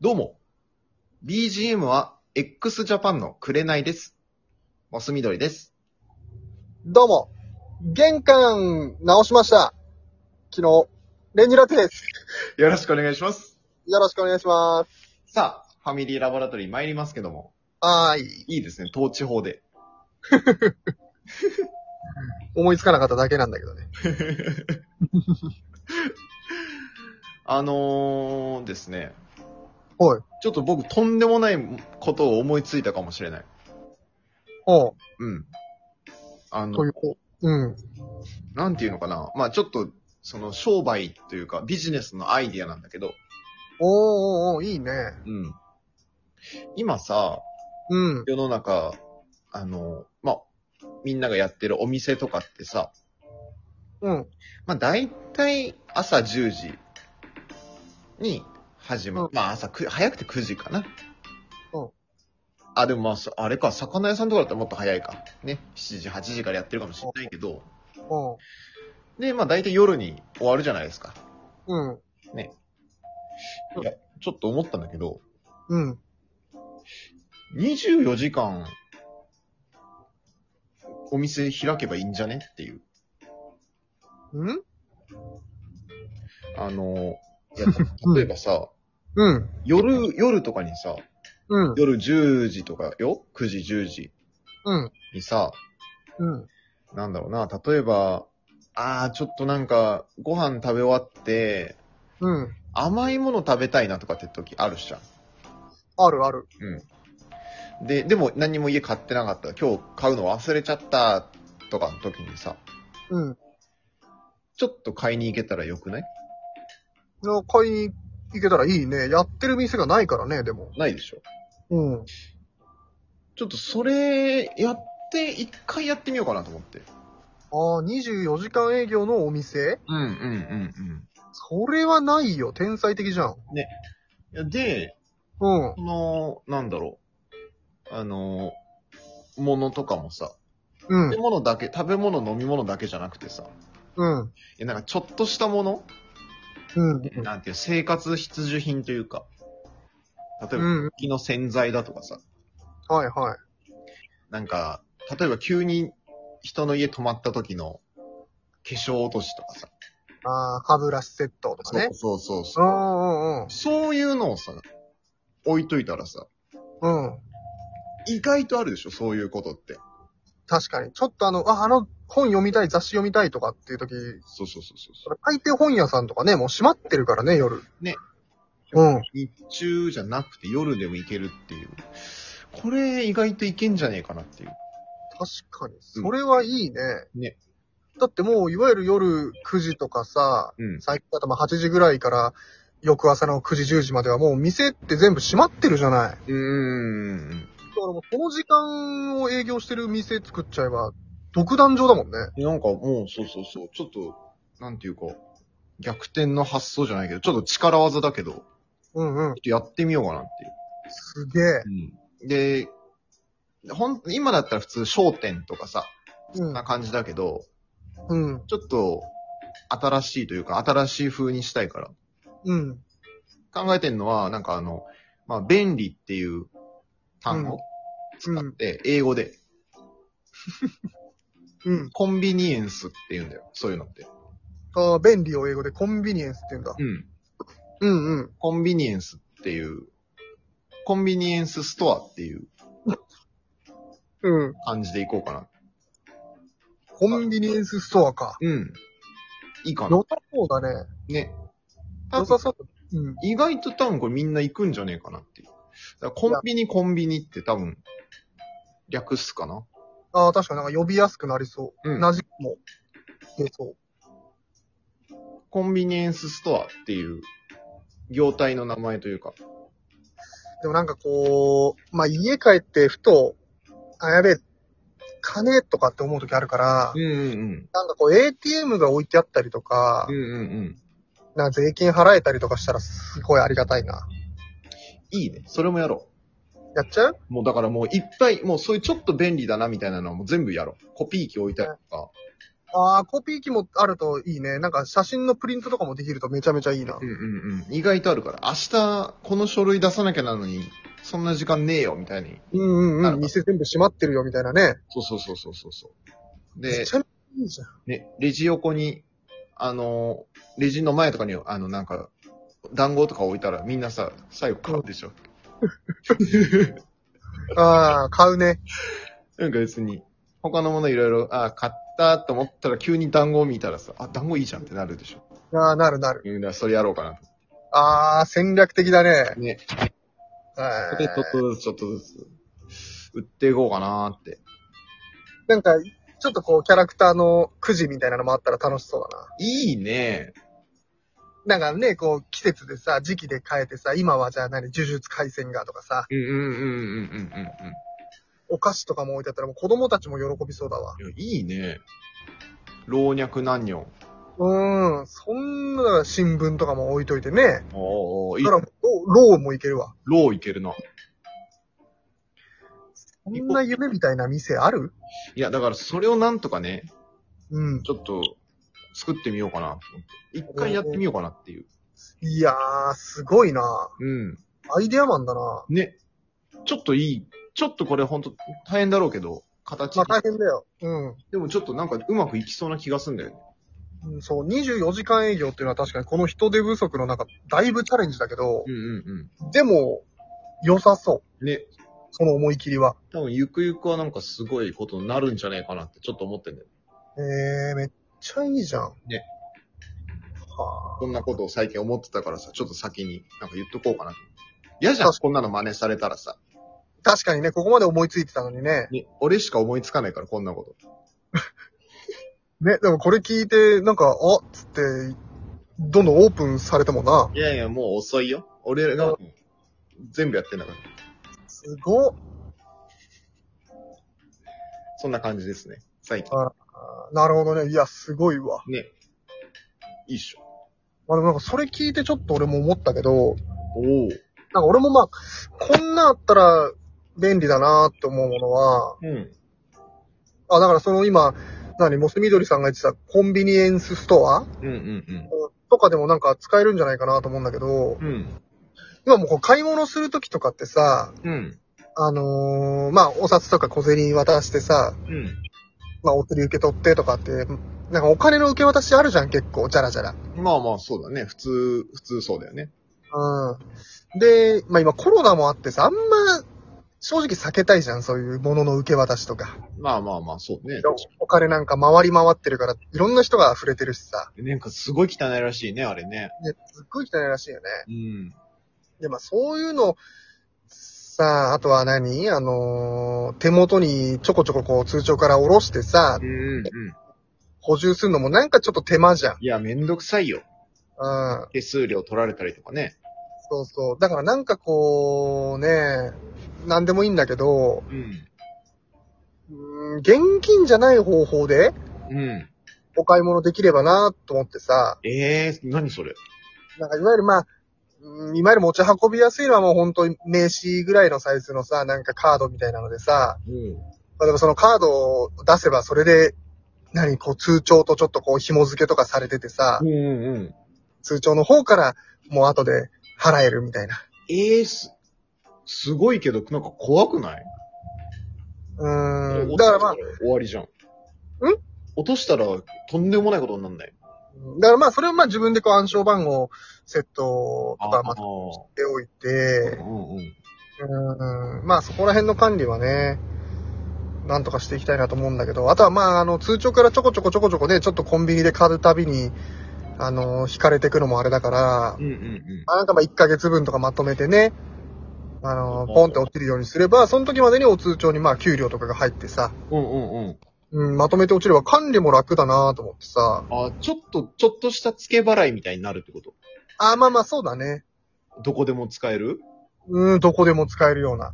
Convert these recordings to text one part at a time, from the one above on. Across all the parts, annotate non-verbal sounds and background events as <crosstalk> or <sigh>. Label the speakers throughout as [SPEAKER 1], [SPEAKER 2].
[SPEAKER 1] どうも。BGM は XJAPAN のくれないです。モス緑です。
[SPEAKER 2] どうも。玄関直しました。昨日、レンジラテです。
[SPEAKER 1] よろしくお願いします。
[SPEAKER 2] よろしくお願いします。
[SPEAKER 1] さあ、ファミリーラボラトリー参りますけども、
[SPEAKER 2] はーい。
[SPEAKER 1] いいですね、統治法で。
[SPEAKER 2] 思いつかなかっただけなんだけどね。
[SPEAKER 1] あのーですね、
[SPEAKER 2] はい。
[SPEAKER 1] ちょっと僕とんでもないことを思いついたかもしれない。
[SPEAKER 2] おう
[SPEAKER 1] うん。あ
[SPEAKER 2] とい
[SPEAKER 1] の
[SPEAKER 2] う、こうん。
[SPEAKER 1] なんていうのかな。まあちょっと、その商売というかビジネスのアイディアなんだけど、
[SPEAKER 2] おーおーおーいいね。
[SPEAKER 1] うん。今さ、
[SPEAKER 2] うん。
[SPEAKER 1] 世の中、あの、まあ、みんながやってるお店とかってさ、
[SPEAKER 2] うん。
[SPEAKER 1] まあ、大体朝10時に始まる。まあ、朝く、早くて9時かな。
[SPEAKER 2] うん。
[SPEAKER 1] あ、でもまあそ、あれか、魚屋さんとかだったらもっと早いか。ね。7時、8時からやってるかもしれないけど、
[SPEAKER 2] おう
[SPEAKER 1] で、まあ、大体夜に終わるじゃないですか。
[SPEAKER 2] うん。
[SPEAKER 1] ちょっと思ったんだけど、
[SPEAKER 2] うん。
[SPEAKER 1] 24時間、お店開けばいいんじゃねっていう。
[SPEAKER 2] うん
[SPEAKER 1] あの、い
[SPEAKER 2] <laughs>
[SPEAKER 1] や
[SPEAKER 2] うん
[SPEAKER 1] 例えばさ、
[SPEAKER 2] うん。
[SPEAKER 1] 夜、夜とかにさ、
[SPEAKER 2] うん。
[SPEAKER 1] 夜10時とかよ ?9 時、10時
[SPEAKER 2] うん。
[SPEAKER 1] にさ、
[SPEAKER 2] うん。
[SPEAKER 1] なんだろうな、例えば、あー、ちょっとなんか、ご飯食べ終わって、
[SPEAKER 2] うん。
[SPEAKER 1] 甘いもの食べたいなとかって時あるっしょ。
[SPEAKER 2] あるある。
[SPEAKER 1] うん。で、でも何も家買ってなかった。今日買うの忘れちゃったとかの時にさ、
[SPEAKER 2] うん。
[SPEAKER 1] ちょっと買いに行けたらよくない
[SPEAKER 2] の買いに行けたらいいね。やってる店がないからね、でも。
[SPEAKER 1] ないでしょ。
[SPEAKER 2] うん。
[SPEAKER 1] ちょっとそれ、やって、一回やってみようかなと思って。
[SPEAKER 2] ああ、24時間営業のお店
[SPEAKER 1] うん、うん、うん、
[SPEAKER 2] それはないよ。天才的じゃん。
[SPEAKER 1] うん。で、
[SPEAKER 2] う
[SPEAKER 1] こ
[SPEAKER 2] ん。
[SPEAKER 1] の、なんだろう。あの、ものとかもさ、
[SPEAKER 2] う
[SPEAKER 1] 食べ
[SPEAKER 2] ん。
[SPEAKER 1] 物だけ、食べ物、飲み物だけじゃなくてさ、
[SPEAKER 2] うん。
[SPEAKER 1] いやなんかちょっとしたもの、
[SPEAKER 2] うん。
[SPEAKER 1] なんていう、生活必需品というか、例えば、
[SPEAKER 2] うん。
[SPEAKER 1] 木の洗剤だとかさ、
[SPEAKER 2] はいはい。
[SPEAKER 1] なんか、例えば急に人の家泊まった時の化粧落としとかさ、
[SPEAKER 2] ああ、歯ブラシセットとかね。
[SPEAKER 1] そうそう
[SPEAKER 2] う
[SPEAKER 1] そう。
[SPEAKER 2] んうん
[SPEAKER 1] そういうのをさ、置いといたらさ、
[SPEAKER 2] うん。うん。
[SPEAKER 1] 意外とあるでしょ、そういうことって。
[SPEAKER 2] 確かに。ちょっとあの、あ、あの、本読みたい、雑誌読みたいとかっていう時、
[SPEAKER 1] そうそうそうそうそ
[SPEAKER 2] それ大抵本屋さんとかね、もう閉まってるからね、夜。
[SPEAKER 1] ね。
[SPEAKER 2] うん。
[SPEAKER 1] う。日中じゃなくて夜でも行けるっていう。これ意外といけんじゃねえかなっていう。
[SPEAKER 2] 確かに。それはいいね。
[SPEAKER 1] ね。
[SPEAKER 2] だってもう、いわゆる夜9時とかさ、
[SPEAKER 1] うん。
[SPEAKER 2] 最近だとまあ8時ぐらいから、翌朝の9時10時まではもう店って全部閉まってるじゃない。だか
[SPEAKER 1] うーん。
[SPEAKER 2] らもうこの時間を営業してる店作っちゃえば、独壇場だもんね。
[SPEAKER 1] なんかもう、そうそうそう。ちょっと、なんていうか、逆転の発想じゃないけど、ちょっと力技だけど、ちょ
[SPEAKER 2] うんうん
[SPEAKER 1] っ。とやってみようかなっていう
[SPEAKER 2] すげえ。。
[SPEAKER 1] で、ほん、今だったら普通商店とかさ、
[SPEAKER 2] う。
[SPEAKER 1] なん感じだけど、
[SPEAKER 2] うん。
[SPEAKER 1] ちょっと、新しいというか、新しい風にしたいから。
[SPEAKER 2] うん。
[SPEAKER 1] 考えてるのは、なんかあの、まあ、便利っていう単語使
[SPEAKER 2] うん
[SPEAKER 1] って、英語で、
[SPEAKER 2] うん。
[SPEAKER 1] コンビニエンスって言うんだよ。そういうのって。
[SPEAKER 2] ああ、便利を英語でコンビニエンスって言うんだ。
[SPEAKER 1] うん。
[SPEAKER 2] うんうん。
[SPEAKER 1] コンビニエンスっていう、コンビニエンスストアっていう
[SPEAKER 2] うん。
[SPEAKER 1] 感じでいこうかな。
[SPEAKER 2] コンビニエンスストアか。
[SPEAKER 1] うん。いいかな
[SPEAKER 2] 良。さそうだね。
[SPEAKER 1] ね。
[SPEAKER 2] 良さそう。うん。
[SPEAKER 1] 意外と多分これみんな行くんじゃねえかなっていう。だからコンビニコンビニって多分、略すかな。
[SPEAKER 2] ああ、確かになんか呼びやすくなりそう。
[SPEAKER 1] うん
[SPEAKER 2] 馴染みも出そう。
[SPEAKER 1] コンビニエンスストアっていう業態の名前というか。
[SPEAKER 2] でもなんかこう、まあ、家帰ってふと、あ、やべえ、金とかって思う時あるから
[SPEAKER 1] う、んうん
[SPEAKER 2] なんかこう ATM が置いてあったりとか
[SPEAKER 1] うん。うん、うんうん。
[SPEAKER 2] なんか税金払えたりとかしたらすごいありがたいな。
[SPEAKER 1] いいね。それもやろう。
[SPEAKER 2] やっちゃう
[SPEAKER 1] もうだからもういっぱい、もうそういうちょっと便利だなみたいなのはもう全部やろう。コピー機置いたりとか、
[SPEAKER 2] ああ、コピー機もあるといいね。なんか写真のプリントとかもできるとめちゃめちゃいいな
[SPEAKER 1] う。んうんうん。意外とあるから、明日、この書類出さなきゃなのに、そんな時間ねえよ、みたいに。
[SPEAKER 2] うんうん
[SPEAKER 1] な
[SPEAKER 2] う
[SPEAKER 1] るほ
[SPEAKER 2] ん。
[SPEAKER 1] ど
[SPEAKER 2] 店全部閉まってるよみたいなね。
[SPEAKER 1] そうそうそうそうそうそう。
[SPEAKER 2] め
[SPEAKER 1] で、
[SPEAKER 2] ちゃめちゃいいじゃん。
[SPEAKER 1] ね、レジ横に、あの、レジの前とかに、あの、なんか、団子とか置いたらみんなさ、最後買うでしょ。
[SPEAKER 2] ああ、買うね。
[SPEAKER 1] なんか別に、他のものいろいろ、あ買ったと思ったら急に団子を見たらさ、あ、団子いいじゃんってなるでしょ。
[SPEAKER 2] ああ、なるなる。
[SPEAKER 1] うん、だからそれやろうかな
[SPEAKER 2] ああ、戦略的だね。
[SPEAKER 1] と。ね、
[SPEAKER 2] は
[SPEAKER 1] それ
[SPEAKER 2] い
[SPEAKER 1] ちょっとずつちょっとずつ、売っていこうかなーって。
[SPEAKER 2] なんか、ちょっとこう、キャラクターのくじみたいなのもあったら楽しそうだな。
[SPEAKER 1] いいね。
[SPEAKER 2] なんかね、こう、季節でさ、時期で変えてさ、今はじゃあ何、呪術回戦がとかさ、
[SPEAKER 1] うんうんうんうんうんうん
[SPEAKER 2] お菓子とかも置いてあったらもう子供たちも喜びそうだわ。
[SPEAKER 1] うん。いやいいね。老若男女。
[SPEAKER 2] うーん、そんな新聞とかも置いといてね。
[SPEAKER 1] おーおーい
[SPEAKER 2] だ
[SPEAKER 1] い
[SPEAKER 2] か。ら、ロローもいけるわ。
[SPEAKER 1] ローいけるな。
[SPEAKER 2] こんな夢みたいな店ある
[SPEAKER 1] いや、だからそれをなんとかね、
[SPEAKER 2] うん。
[SPEAKER 1] ちょっと作ってみようかなと思って。一回やってみようかなっていう。
[SPEAKER 2] いやー、すごいな
[SPEAKER 1] うん。
[SPEAKER 2] アイデアマンだな
[SPEAKER 1] ね。ちょっといい。ちょっとこれほんと大変だろうけど、形
[SPEAKER 2] まあ大変だよ。うん。
[SPEAKER 1] でもちょっとなんかうまくいきそうな気がすんだよね。
[SPEAKER 2] うんそう、24時間営業っていうのは確かにこの人手不足の中、だいぶチャレンジだけど、
[SPEAKER 1] うんうん
[SPEAKER 2] でも、良さそう。
[SPEAKER 1] うん。ね。
[SPEAKER 2] その思い切りは。
[SPEAKER 1] 多分ゆくゆくはなんかすごいことになるんじゃないかなってちょっと思ってんだよ。
[SPEAKER 2] えー、めっちゃいいじゃん。
[SPEAKER 1] ね。
[SPEAKER 2] は
[SPEAKER 1] こんなことを最近思ってたからさ、ちょっと先になんか言っとこうかなと思って。嫌じゃん、
[SPEAKER 2] 確
[SPEAKER 1] こんなの真似されたらさ。
[SPEAKER 2] あ。確かにね、ここまで思いついてたのにね。
[SPEAKER 1] ね、俺しか思いつかないから、こんなこと。
[SPEAKER 2] ね、でもこれ聞いて、なんか、あっつって、どんどんオープンされたもんな。
[SPEAKER 1] いやいや、もう遅いよ。俺が全部やってんだから。
[SPEAKER 2] すごっ。
[SPEAKER 1] そんな感じですね。最近。
[SPEAKER 2] あーなるほどね。いや、すごいわ。
[SPEAKER 1] ね。いいっしょ。
[SPEAKER 2] まあでもなんかそれ聞いてちょっと俺も思ったけど、
[SPEAKER 1] おお。
[SPEAKER 2] なんか俺もまあ、こんなあったら便利だなって思うものは、
[SPEAKER 1] うん。
[SPEAKER 2] あ、だからその今、何、モスみどりさんが言ってたコンビニエンスストア
[SPEAKER 1] うんうん
[SPEAKER 2] とかでもなんか使えるんじゃないかなと思うんだけど、
[SPEAKER 1] うん。うん。
[SPEAKER 2] 今もうこう買い物するときとかってさ、
[SPEAKER 1] うん。
[SPEAKER 2] あのーまあ、お札とか小銭渡してさ、まあ、お釣り受け取ってとかって、なんかお金の受け渡しあるじゃん、結構、じゃらじゃら。
[SPEAKER 1] うん。まあまあ、そうだね。普通、普通そうだよね。
[SPEAKER 2] うん。で、まあ今コロナもあってさ、あんま、正直避けたいじゃん、そういうものの受け渡しとか。
[SPEAKER 1] まあまあまあ、そうね。
[SPEAKER 2] お金なんか回り回ってるから、いろんな人が溢れてるしさ。
[SPEAKER 1] なんかすごい汚いらしいね、あれね。
[SPEAKER 2] ね、すっごい汚いらしいよね。
[SPEAKER 1] うん。
[SPEAKER 2] で、まあそういうの、さあ、あとは何あのー手元にちょこちょここう通帳から下ろしてさ
[SPEAKER 1] うん、うん。
[SPEAKER 2] 補充するのもなんかちょっと手間じゃん。
[SPEAKER 1] いや、めんどくさいよ。
[SPEAKER 2] うん。
[SPEAKER 1] 手数料取られたりとかね。
[SPEAKER 2] そうそう。だからなんかこう、ね、なんでもいいんだけど、
[SPEAKER 1] うん。
[SPEAKER 2] うーん現金じゃない方法で
[SPEAKER 1] うん。
[SPEAKER 2] お買い物できればなと思ってさ、
[SPEAKER 1] ええー、何それ。
[SPEAKER 2] なんかいわゆるまあ、うんいわゆる持ち運びやすいのはもう本当に名刺ぐらいのサイズのさ、なんかカードみたいなのでさ、
[SPEAKER 1] うん。
[SPEAKER 2] 例えばそのカードを出せばそれで、何、こう通帳とちょっとこう紐付けとかされててさ
[SPEAKER 1] う、んうんうん。
[SPEAKER 2] 通帳の方からもう後で払えるみたいな。
[SPEAKER 1] ええー、す、すごいけど、なんか怖くないう
[SPEAKER 2] ーん。
[SPEAKER 1] 落
[SPEAKER 2] だ
[SPEAKER 1] とした
[SPEAKER 2] からまあ、
[SPEAKER 1] 終わりじゃん。ん落としたらとんでもないことになんない。
[SPEAKER 2] だからまあそれをまあ自分でこう暗証番号セットとかま
[SPEAKER 1] あー
[SPEAKER 2] あっておい
[SPEAKER 1] うん
[SPEAKER 2] て、
[SPEAKER 1] うん。
[SPEAKER 2] うん、まあそこら辺の管理はね、なんとかしていきたいなと思うんだけど、あとはまああの通帳からちょこちょこちょこちょこね、ちょっとコンビニで買うたびに、あの、引かれてくのもあれだから
[SPEAKER 1] う、んうん
[SPEAKER 2] あなんかまあ1ヶ月分とかまとめてね、あの、ポンって落ちるようにすれば、その時までにお通帳にまあ給料とかが入ってさ、
[SPEAKER 1] うん。うんうんうん。
[SPEAKER 2] うん、まとめて落ちれば管理も楽だなと思ってさ、
[SPEAKER 1] あーちょっと、ちょっとした付け払いみたいになるってこと
[SPEAKER 2] あ、まあまあそうだね。
[SPEAKER 1] どこでも使える
[SPEAKER 2] うん、どこでも使えるような。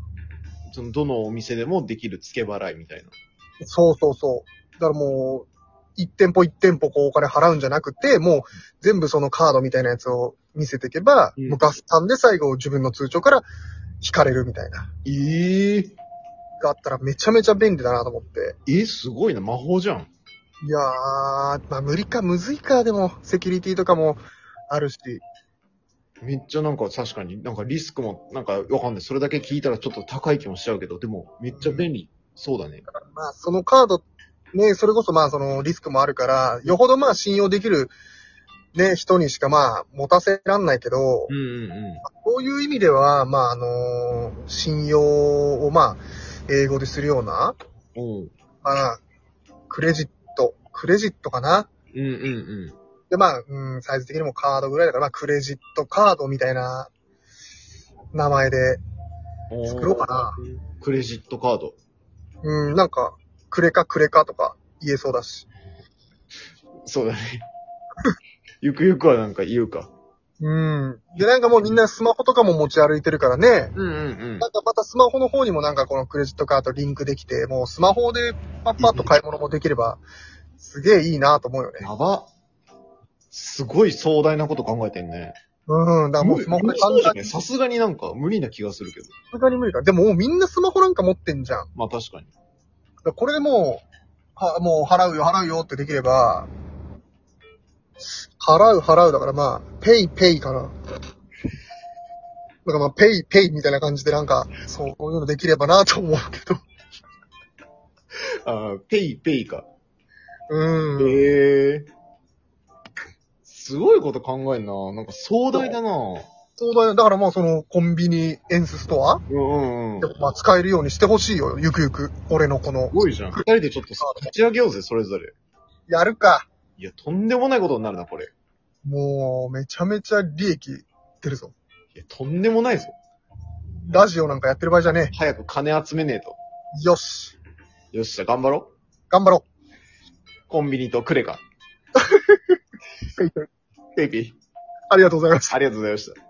[SPEAKER 1] そのどのお店でもできる付け払いみたいな。
[SPEAKER 2] そうそうそう。だからもう、一店舗一店舗こうお金払うんじゃなくて、もう全部そのカードみたいなやつを見せていけば、
[SPEAKER 1] うん
[SPEAKER 2] もうガスタンで最後自分の通帳から引かれるみたいな。
[SPEAKER 1] ええ
[SPEAKER 2] があったらめちゃめちゃ便利だなと思って。
[SPEAKER 1] え、すごいな、魔法じゃん。
[SPEAKER 2] いやー、まあ無理か、むずいか、でも、セキュリティとかもあるし。
[SPEAKER 1] めっちゃなんか確かになんかリスクもなんかわかんない。それだけ聞いたらちょっと高い気もしちゃうけど、でもめっちゃ便利。そうだね。
[SPEAKER 2] まあ、そのカード、ね、それこそまあ、そのリスクもあるから、よほどまあ、信用できる、ね、人にしかまあ、持たせらんないけど、
[SPEAKER 1] うんうんうん。
[SPEAKER 2] そういう意味では、まあ、あのー信用をまあ、英語でするような、
[SPEAKER 1] おう
[SPEAKER 2] まあ、クレジット、クレジットかな
[SPEAKER 1] うんうんうん。
[SPEAKER 2] で、まあ、うん、サイズ的にもカードぐらいだから、まあ、クレジットカードみたいな、名前で、
[SPEAKER 1] お
[SPEAKER 2] 作ろうかな。
[SPEAKER 1] クレジットカード。
[SPEAKER 2] うん、なんか、クレカクレカとか言えそうだし。
[SPEAKER 1] そうだね。 <laughs> ゆくゆくはなんか言うか。
[SPEAKER 2] うん。で、なんかもうみんなスマホとかも持ち歩いてるからね。
[SPEAKER 1] うんうん
[SPEAKER 2] なんかまたスマホの方にもなんかこのクレジットカードリンクできて、もうスマホでパッパッと買い物もできれば、すげえいいなと思うよね。
[SPEAKER 1] やば。すごい壮大なこと考えてんね。
[SPEAKER 2] うん、だからもう
[SPEAKER 1] 無
[SPEAKER 2] スマホ
[SPEAKER 1] 無
[SPEAKER 2] で
[SPEAKER 1] 理そうだ
[SPEAKER 2] 簡単
[SPEAKER 1] ね。
[SPEAKER 2] に、さ
[SPEAKER 1] さすがになんか無理な気がするけど。
[SPEAKER 2] すがに無理か。でももうみんなスマホなんか持ってんじゃん。だか
[SPEAKER 1] まあ確かに。
[SPEAKER 2] らこれでもう、は、もう払うよ払うよってできれば、払う払うだからまあ、ペイペイかな。だからまあ、ペイペイみたいな感じでなんか、そうこういうのできればなと思うけど。 <laughs>
[SPEAKER 1] ああ、ペイペイか。
[SPEAKER 2] うん。
[SPEAKER 1] へえ。すごいこと考えんな。なんか壮大だな。
[SPEAKER 2] そうだよ。だからまあそのコンビニエンスストア、
[SPEAKER 1] うんうんうん。す
[SPEAKER 2] まあ使えるようにしてほしいよ。ゆくゆく。俺のこの。
[SPEAKER 1] ごいじゃん。二人でちょっと立ち上げようぜ、それぞれ。
[SPEAKER 2] やるか。
[SPEAKER 1] いや、とんでもないことになるな、これ。
[SPEAKER 2] もう、めちゃめちゃ利益出るぞ。
[SPEAKER 1] いや、とんでもないぞ。
[SPEAKER 2] ラジオなんかやってる場合じゃね
[SPEAKER 1] 早く金集めねえと。
[SPEAKER 2] え。よし。
[SPEAKER 1] よっしゃ、頑張ろ
[SPEAKER 2] 頑張ろ
[SPEAKER 1] う。コンビニと <laughs> クレカ。
[SPEAKER 2] う。
[SPEAKER 1] ペイペイ。
[SPEAKER 2] ありがとうございます。
[SPEAKER 1] ありがとうございました。